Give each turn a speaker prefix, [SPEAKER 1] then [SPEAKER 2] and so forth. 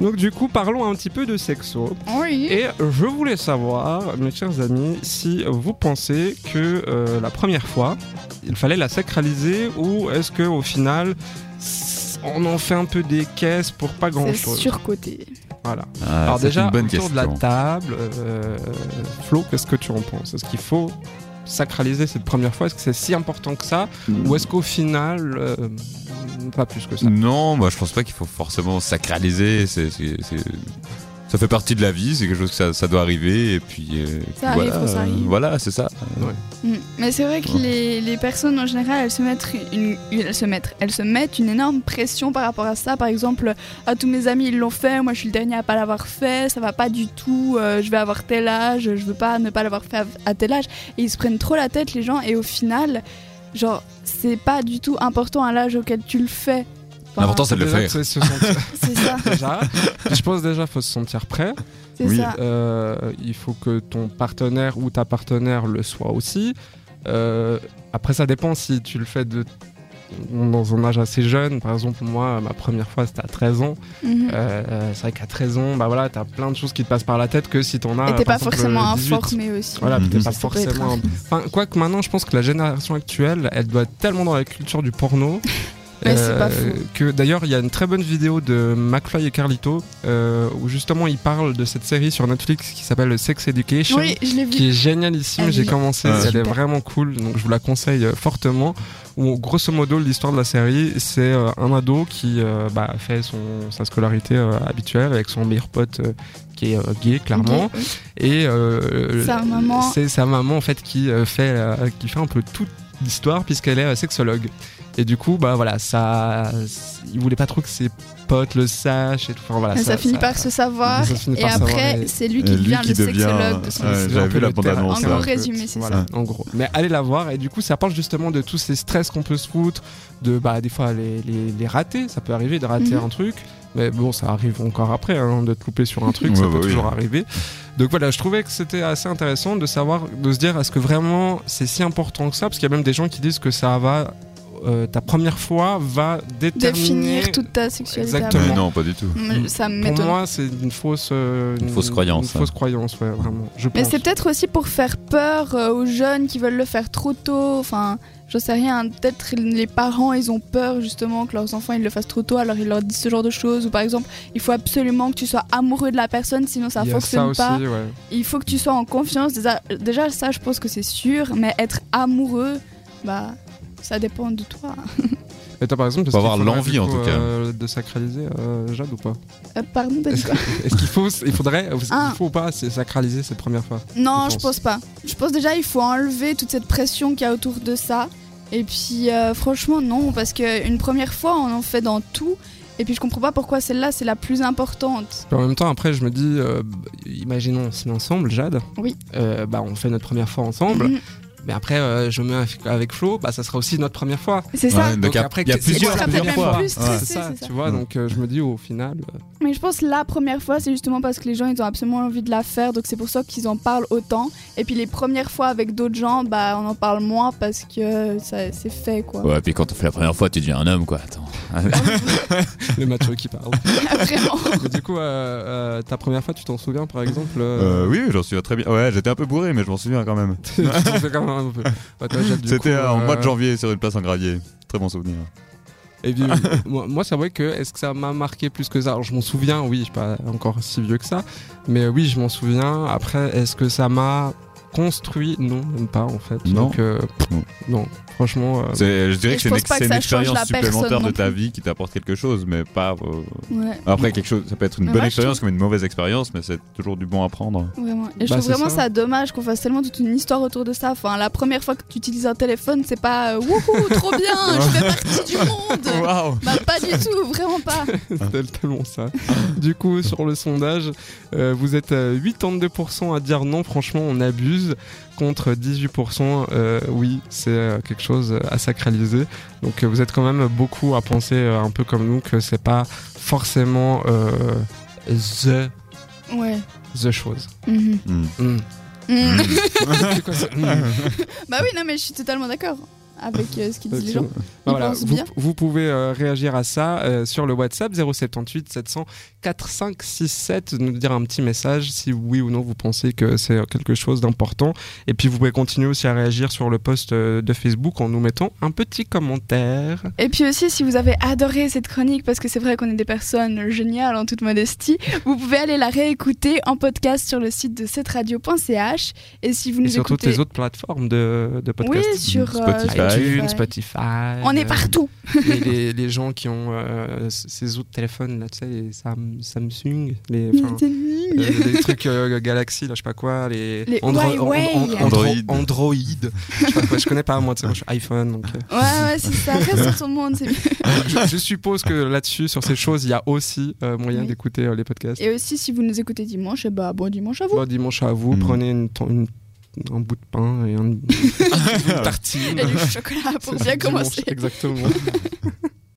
[SPEAKER 1] Donc du coup, parlons un petit peu de sexo.
[SPEAKER 2] Oui.
[SPEAKER 1] Et je voulais savoir, mes chers amis, si vous pensez que euh, la première fois, il fallait la sacraliser ou est-ce que au final, s- on en fait un peu des caisses pour pas
[SPEAKER 2] C'est
[SPEAKER 1] grand-chose
[SPEAKER 2] surcoté.
[SPEAKER 1] Voilà.
[SPEAKER 3] Ah,
[SPEAKER 1] Alors
[SPEAKER 3] c'est
[SPEAKER 1] déjà,
[SPEAKER 3] une bonne
[SPEAKER 1] autour
[SPEAKER 3] question.
[SPEAKER 1] de la table, euh, Flo, qu'est-ce que tu en penses Est-ce qu'il faut sacraliser cette première fois Est-ce que c'est si important que ça Ou est-ce qu'au final, euh, pas plus que ça
[SPEAKER 3] Non, moi je pense pas qu'il faut forcément sacraliser. c'est- c'est- c'est- Ça fait partie de la vie, c'est quelque chose que ça, ça doit arriver. Et puis, euh,
[SPEAKER 2] Ça
[SPEAKER 3] voilà,
[SPEAKER 2] arrive quand ça
[SPEAKER 3] euh,
[SPEAKER 2] arrive.
[SPEAKER 3] voilà, c'est ça.
[SPEAKER 2] Mm. Mais c'est vrai que
[SPEAKER 3] Ouais.
[SPEAKER 2] les, les personnes en général, elles se, mettent une, une- elles, se mettent, elles se mettent une énorme pression par rapport à ça. Par exemple, à tous mes amis, ils l'ont fait, moi je suis le dernier à pas l'avoir fait, ça va pas du tout, euh, je vais avoir tel âge, je veux pas ne pas l'avoir fait à, à tel âge. Et ils se prennent trop la tête, les gens, et au final, genre, c'est pas du tout important à l'âge auquel tu le fais. Enfin,
[SPEAKER 3] L'important c'est de le
[SPEAKER 1] Déjà,
[SPEAKER 3] faire.
[SPEAKER 1] c'est se sentir-
[SPEAKER 2] C'est ça,
[SPEAKER 1] déjà. Je pense déjà faut se sentir prêt.
[SPEAKER 2] c'est
[SPEAKER 3] Oui.
[SPEAKER 2] ça.
[SPEAKER 1] Euh, il faut que ton partenaire ou ta partenaire le soit aussi. Euh, après, ça dépend si tu le fais de- dans un âge assez jeune. Par exemple, moi, ma première fois, c'était à 13 ans.
[SPEAKER 2] Mhm.
[SPEAKER 1] Euh, euh, c'est vrai qu'à 13 ans, bah voilà, t'as plein de choses qui te passent par la tête que si t'en as.
[SPEAKER 2] et t'es
[SPEAKER 1] ah, par
[SPEAKER 2] pas
[SPEAKER 1] exemple,
[SPEAKER 2] forcément
[SPEAKER 1] 18.
[SPEAKER 2] informé aussi.
[SPEAKER 1] Voilà, puis t'es
[SPEAKER 3] Mhm.
[SPEAKER 1] pas
[SPEAKER 2] Ça peut être
[SPEAKER 1] forcément.
[SPEAKER 2] un risque.
[SPEAKER 1] Enfin, quoique maintenant, je pense que la génération actuelle, elle doit être tellement dans la culture du porno. euh,
[SPEAKER 2] Ouais, c'est pas faux.
[SPEAKER 1] que d'ailleurs il y a une très bonne vidéo de McFly et Carlito euh, où justement ils parlent de cette série sur Netflix qui s'appelle Sex Education
[SPEAKER 2] Oui, je l'ai vu.
[SPEAKER 1] qui est génialissime.
[SPEAKER 2] Elle
[SPEAKER 1] J'ai
[SPEAKER 2] est
[SPEAKER 1] commencé,
[SPEAKER 3] Ah.
[SPEAKER 1] elle est
[SPEAKER 2] super.
[SPEAKER 1] vraiment cool, donc je vous la conseille euh, fortement. Où, grosso modo, l'histoire de la série, c'est euh, un ado qui euh, bah, fait son, sa scolarité euh, habituelle avec son meilleur pote euh, qui est euh, gay, clairement.
[SPEAKER 2] Ok.
[SPEAKER 1] Et euh,
[SPEAKER 2] Sa maman.
[SPEAKER 1] c'est sa maman en fait qui euh, fait, euh, qui fait un peu toute l'histoire puisqu'elle est euh, sexologue. Et du coup, bah voilà, ça, il voulait pas trop que ses potes le sachent et tout. Enfin, voilà,
[SPEAKER 2] Mais ça, finit par se savoir.
[SPEAKER 1] ça finit
[SPEAKER 2] Et
[SPEAKER 1] par savoir,
[SPEAKER 2] après,
[SPEAKER 1] et-
[SPEAKER 2] c'est lui
[SPEAKER 3] Euh,
[SPEAKER 2] qui
[SPEAKER 3] lui
[SPEAKER 2] devient
[SPEAKER 3] qui
[SPEAKER 2] le
[SPEAKER 3] devient,
[SPEAKER 2] sexologue de
[SPEAKER 3] euh,
[SPEAKER 2] son
[SPEAKER 3] Ouais,
[SPEAKER 1] C'est
[SPEAKER 3] j'avais
[SPEAKER 1] un peu
[SPEAKER 3] vu la
[SPEAKER 1] le
[SPEAKER 3] bande-annonce,
[SPEAKER 1] terrain.
[SPEAKER 2] En gros ouais. résumé, c'est
[SPEAKER 1] Voilà, en gros. Mais allez la voir et du coup, ça parle justement de tous ces stress qu'on peut se foutre, de bah, des fois les, les, les rater. Ça peut arriver de rater
[SPEAKER 2] Mhm.
[SPEAKER 1] un truc, mais bon, ça arrive encore après, hein, de te louper sur un truc, ça
[SPEAKER 3] Ouais,
[SPEAKER 1] peut
[SPEAKER 3] bah oui.
[SPEAKER 1] toujours arriver. Donc voilà, je trouvais que c'était assez intéressant de savoir, de se dire est-ce que vraiment c'est si important que ça Parce qu'il y a même des gens qui disent que ça va, euh, ta première fois va déterminer.
[SPEAKER 2] définir toute ta sexualité.
[SPEAKER 1] Exactement.
[SPEAKER 3] Mais non, pas du tout.
[SPEAKER 2] après. Mm, Ça
[SPEAKER 1] Pour
[SPEAKER 2] m'étonne.
[SPEAKER 1] moi, c'est une fausse, euh,
[SPEAKER 3] Une fausse croyance,
[SPEAKER 1] Une
[SPEAKER 3] hein.
[SPEAKER 1] fausse croyance, ouais, vraiment. Je
[SPEAKER 2] Mais
[SPEAKER 1] pense.
[SPEAKER 2] c'est peut-être aussi pour faire peur euh, aux jeunes qui veulent le faire trop tôt. Enfin, je sais rien. Peut-être les parents, ils ont peur justement que leurs enfants ils le fassent trop tôt, alors ils leur disent ce genre de choses. Ou par exemple, il faut absolument que tu sois amoureux de la personne, sinon ça
[SPEAKER 1] Il y a
[SPEAKER 2] fonctionne
[SPEAKER 1] ça
[SPEAKER 2] pas.
[SPEAKER 1] aussi, ouais.
[SPEAKER 2] Il faut que tu sois en confiance. Déjà, déjà, ça, je pense que c'est sûr. Mais être amoureux, bah, ça dépend de toi.
[SPEAKER 1] Et toi, par exemple, est-ce
[SPEAKER 3] Faut avoir
[SPEAKER 1] qu'il faudrait,
[SPEAKER 3] l'envie,
[SPEAKER 1] du
[SPEAKER 3] en tout cas.
[SPEAKER 1] euh, de sacraliser euh, Jade ou pas
[SPEAKER 2] Euh, pardon, t'as dit quoi
[SPEAKER 1] Est-ce qu'il faut, il faudrait,
[SPEAKER 2] Ah.
[SPEAKER 1] il faut ou pas c'est sacraliser cette première fois
[SPEAKER 2] Non,
[SPEAKER 1] Je
[SPEAKER 2] je
[SPEAKER 1] pense.
[SPEAKER 2] pense pas. Je pense déjà il faut enlever toute cette pression qu'il y a autour de ça. Et puis euh, franchement non, parce qu'une première fois on en fait dans tout. Et puis je comprends pas pourquoi celle-là c'est la plus importante.
[SPEAKER 1] Puis en même temps, après, je me dis, euh, imaginons, on se met ensemble, Jade.
[SPEAKER 2] Oui.
[SPEAKER 1] Euh, bah, on fait notre première fois ensemble.
[SPEAKER 2] Mhm.
[SPEAKER 1] Mais après, euh, je me mets avec- avec Flo, bah, ça sera aussi notre première fois.
[SPEAKER 2] C'est ça.
[SPEAKER 3] Ouais, donc
[SPEAKER 1] Donc
[SPEAKER 3] il y a-
[SPEAKER 1] après,
[SPEAKER 3] il y a
[SPEAKER 1] qu'est-ce-
[SPEAKER 3] plusieurs,
[SPEAKER 2] c'est-
[SPEAKER 3] plusieurs
[SPEAKER 2] c'est-
[SPEAKER 3] fois.
[SPEAKER 2] plus stressé,
[SPEAKER 3] Ouais.
[SPEAKER 1] C'est ça,
[SPEAKER 2] c'est ça.
[SPEAKER 1] tu vois. Donc euh, je me dis, au final, euh,
[SPEAKER 2] Mais je pense la première fois c'est justement parce que les gens ils ont absolument envie de la faire, donc c'est pour ça qu'ils en parlent autant. Et puis les premières fois avec d'autres gens, bah on en parle moins parce que ça- c'est fait quoi.
[SPEAKER 3] Ouais, puis quand on fait la première fois, tu deviens un homme, quoi. Attends.
[SPEAKER 1] le macho qui parle.
[SPEAKER 2] Vraiment.
[SPEAKER 1] Mais du coup, euh, euh, ta première fois, tu t'en souviens, par exemple
[SPEAKER 3] Euh,
[SPEAKER 1] euh,
[SPEAKER 3] oui, oui, j'en souviens très bien. Ouais, j'étais un peu bourré, mais je m'en souviens quand même.
[SPEAKER 1] tu t'en fais quand même un peu. Bah, toi, Jade, du
[SPEAKER 3] C'était
[SPEAKER 1] coup,
[SPEAKER 3] euh, en
[SPEAKER 1] euh,
[SPEAKER 3] mois de janvier sur une place en gravier. Très bon souvenir.
[SPEAKER 1] Et puis, Eh moi, moi, c'est vrai que est-ce que ça m'a marqué plus que ça Alors, je m'en souviens, oui, je suis pas encore si vieux que ça, mais oui, je m'en souviens. Après, est-ce que ça m'a construit Non, même pas en fait.
[SPEAKER 3] Non.
[SPEAKER 1] Donc, euh, pff,
[SPEAKER 3] Non.
[SPEAKER 1] non, franchement. euh,
[SPEAKER 3] C'est- Je dirais
[SPEAKER 2] Et
[SPEAKER 3] que
[SPEAKER 2] je
[SPEAKER 3] c'est une,
[SPEAKER 2] pense pas
[SPEAKER 3] ex-
[SPEAKER 2] que ça
[SPEAKER 3] une
[SPEAKER 2] change
[SPEAKER 3] expérience
[SPEAKER 2] la personne
[SPEAKER 3] supplémentaire de
[SPEAKER 2] non
[SPEAKER 3] ta
[SPEAKER 2] plus.
[SPEAKER 3] vie qui t'apporte quelque chose, mais pas. euh,
[SPEAKER 2] Ouais.
[SPEAKER 3] Après, quelque chose, ça peut être une
[SPEAKER 2] Mais
[SPEAKER 3] bonne
[SPEAKER 2] moi, je
[SPEAKER 3] expérience comme une mauvaise expérience, mais c'est toujours du bon à prendre.
[SPEAKER 2] Vraiment. Et je
[SPEAKER 1] Bah,
[SPEAKER 2] trouve
[SPEAKER 1] c'est
[SPEAKER 2] vraiment
[SPEAKER 1] ça.
[SPEAKER 2] ça. dommage qu'on fasse tellement toute une histoire autour de ça. Enfin, la première fois que tu utilises un téléphone, c'est pas euh, wouhou, trop bien, je fais partie du monde.
[SPEAKER 3] Waouh
[SPEAKER 2] Bah, pas du tout, vraiment pas.
[SPEAKER 1] C'était tellement ça. Du coup, sur le sondage, euh, vous êtes à 82% à dire non, franchement, on abuse, contre 18%, euh, oui, c'est euh, quelque chose à sacraliser. Donc, euh, vous êtes quand même beaucoup à penser euh, un peu comme nous que c'est pas forcément euh, the,
[SPEAKER 2] Ouais.
[SPEAKER 1] the chose.
[SPEAKER 2] Mhm.
[SPEAKER 1] Mm.
[SPEAKER 2] Mhm.
[SPEAKER 1] C'est quoi ça Mm.
[SPEAKER 2] bah oui, non, mais je suis totalement d'accord. avec euh, ce qu'ils disent les
[SPEAKER 1] Ok.
[SPEAKER 2] gens. Ils
[SPEAKER 1] Bah Voilà,
[SPEAKER 2] pensent
[SPEAKER 1] vous,
[SPEAKER 2] bien.
[SPEAKER 1] vous pouvez euh, réagir à ça euh, sur le WhatsApp 078 700 4567, nous dire un petit message si oui ou non vous pensez que c'est euh, quelque chose d'important. Et puis vous pouvez continuer aussi à réagir sur le post euh, de Facebook en nous mettant un petit commentaire.
[SPEAKER 2] Et puis aussi, si vous avez adoré cette chronique, parce que c'est vrai qu'on est des personnes géniales en toute modestie, vous pouvez aller la réécouter en podcast sur le site de cetteradio.ch. Et si vous
[SPEAKER 1] Et
[SPEAKER 2] nous
[SPEAKER 1] sur toutes
[SPEAKER 2] écoutez,
[SPEAKER 1] les autres plateformes de, de podcast.
[SPEAKER 2] oui, sur euh,
[SPEAKER 3] Spotify.
[SPEAKER 1] iTunes, Spotify.
[SPEAKER 2] On est
[SPEAKER 1] euh,
[SPEAKER 2] partout.
[SPEAKER 1] et les, les gens qui ont euh, c- ces autres téléphones, là, tu sais, les Sam- Samsung, les, enfin,
[SPEAKER 2] Nintendo.
[SPEAKER 1] Euh, des trucs euh, Galaxy, là, je sais pas quoi, les,
[SPEAKER 2] Les
[SPEAKER 1] Andro-
[SPEAKER 2] Huawei.
[SPEAKER 1] An- An- Andro-
[SPEAKER 3] Android.
[SPEAKER 1] Android. je sais pas quoi, je connais pas moi, tu sais, moi je suis iPhone. donc, euh,
[SPEAKER 2] Ouais, ouais, c'est ça. Reste sur ton monde, c'est bien.
[SPEAKER 1] Ah, je, je suppose que là-dessus, sur ces choses, il y a aussi euh, moyen
[SPEAKER 2] Oui.
[SPEAKER 1] d'écouter euh, les podcasts.
[SPEAKER 2] Et aussi, si vous nous écoutez dimanche, eh bah, bon dimanche à vous.
[SPEAKER 1] Bon dimanche à vous,
[SPEAKER 3] Mm.
[SPEAKER 1] prenez une, ton- une- un bout de pain et un- une tartine.
[SPEAKER 2] Et du chocolat pour
[SPEAKER 1] C'est
[SPEAKER 2] bien
[SPEAKER 1] dimanche,
[SPEAKER 2] commencer.
[SPEAKER 1] Exactement.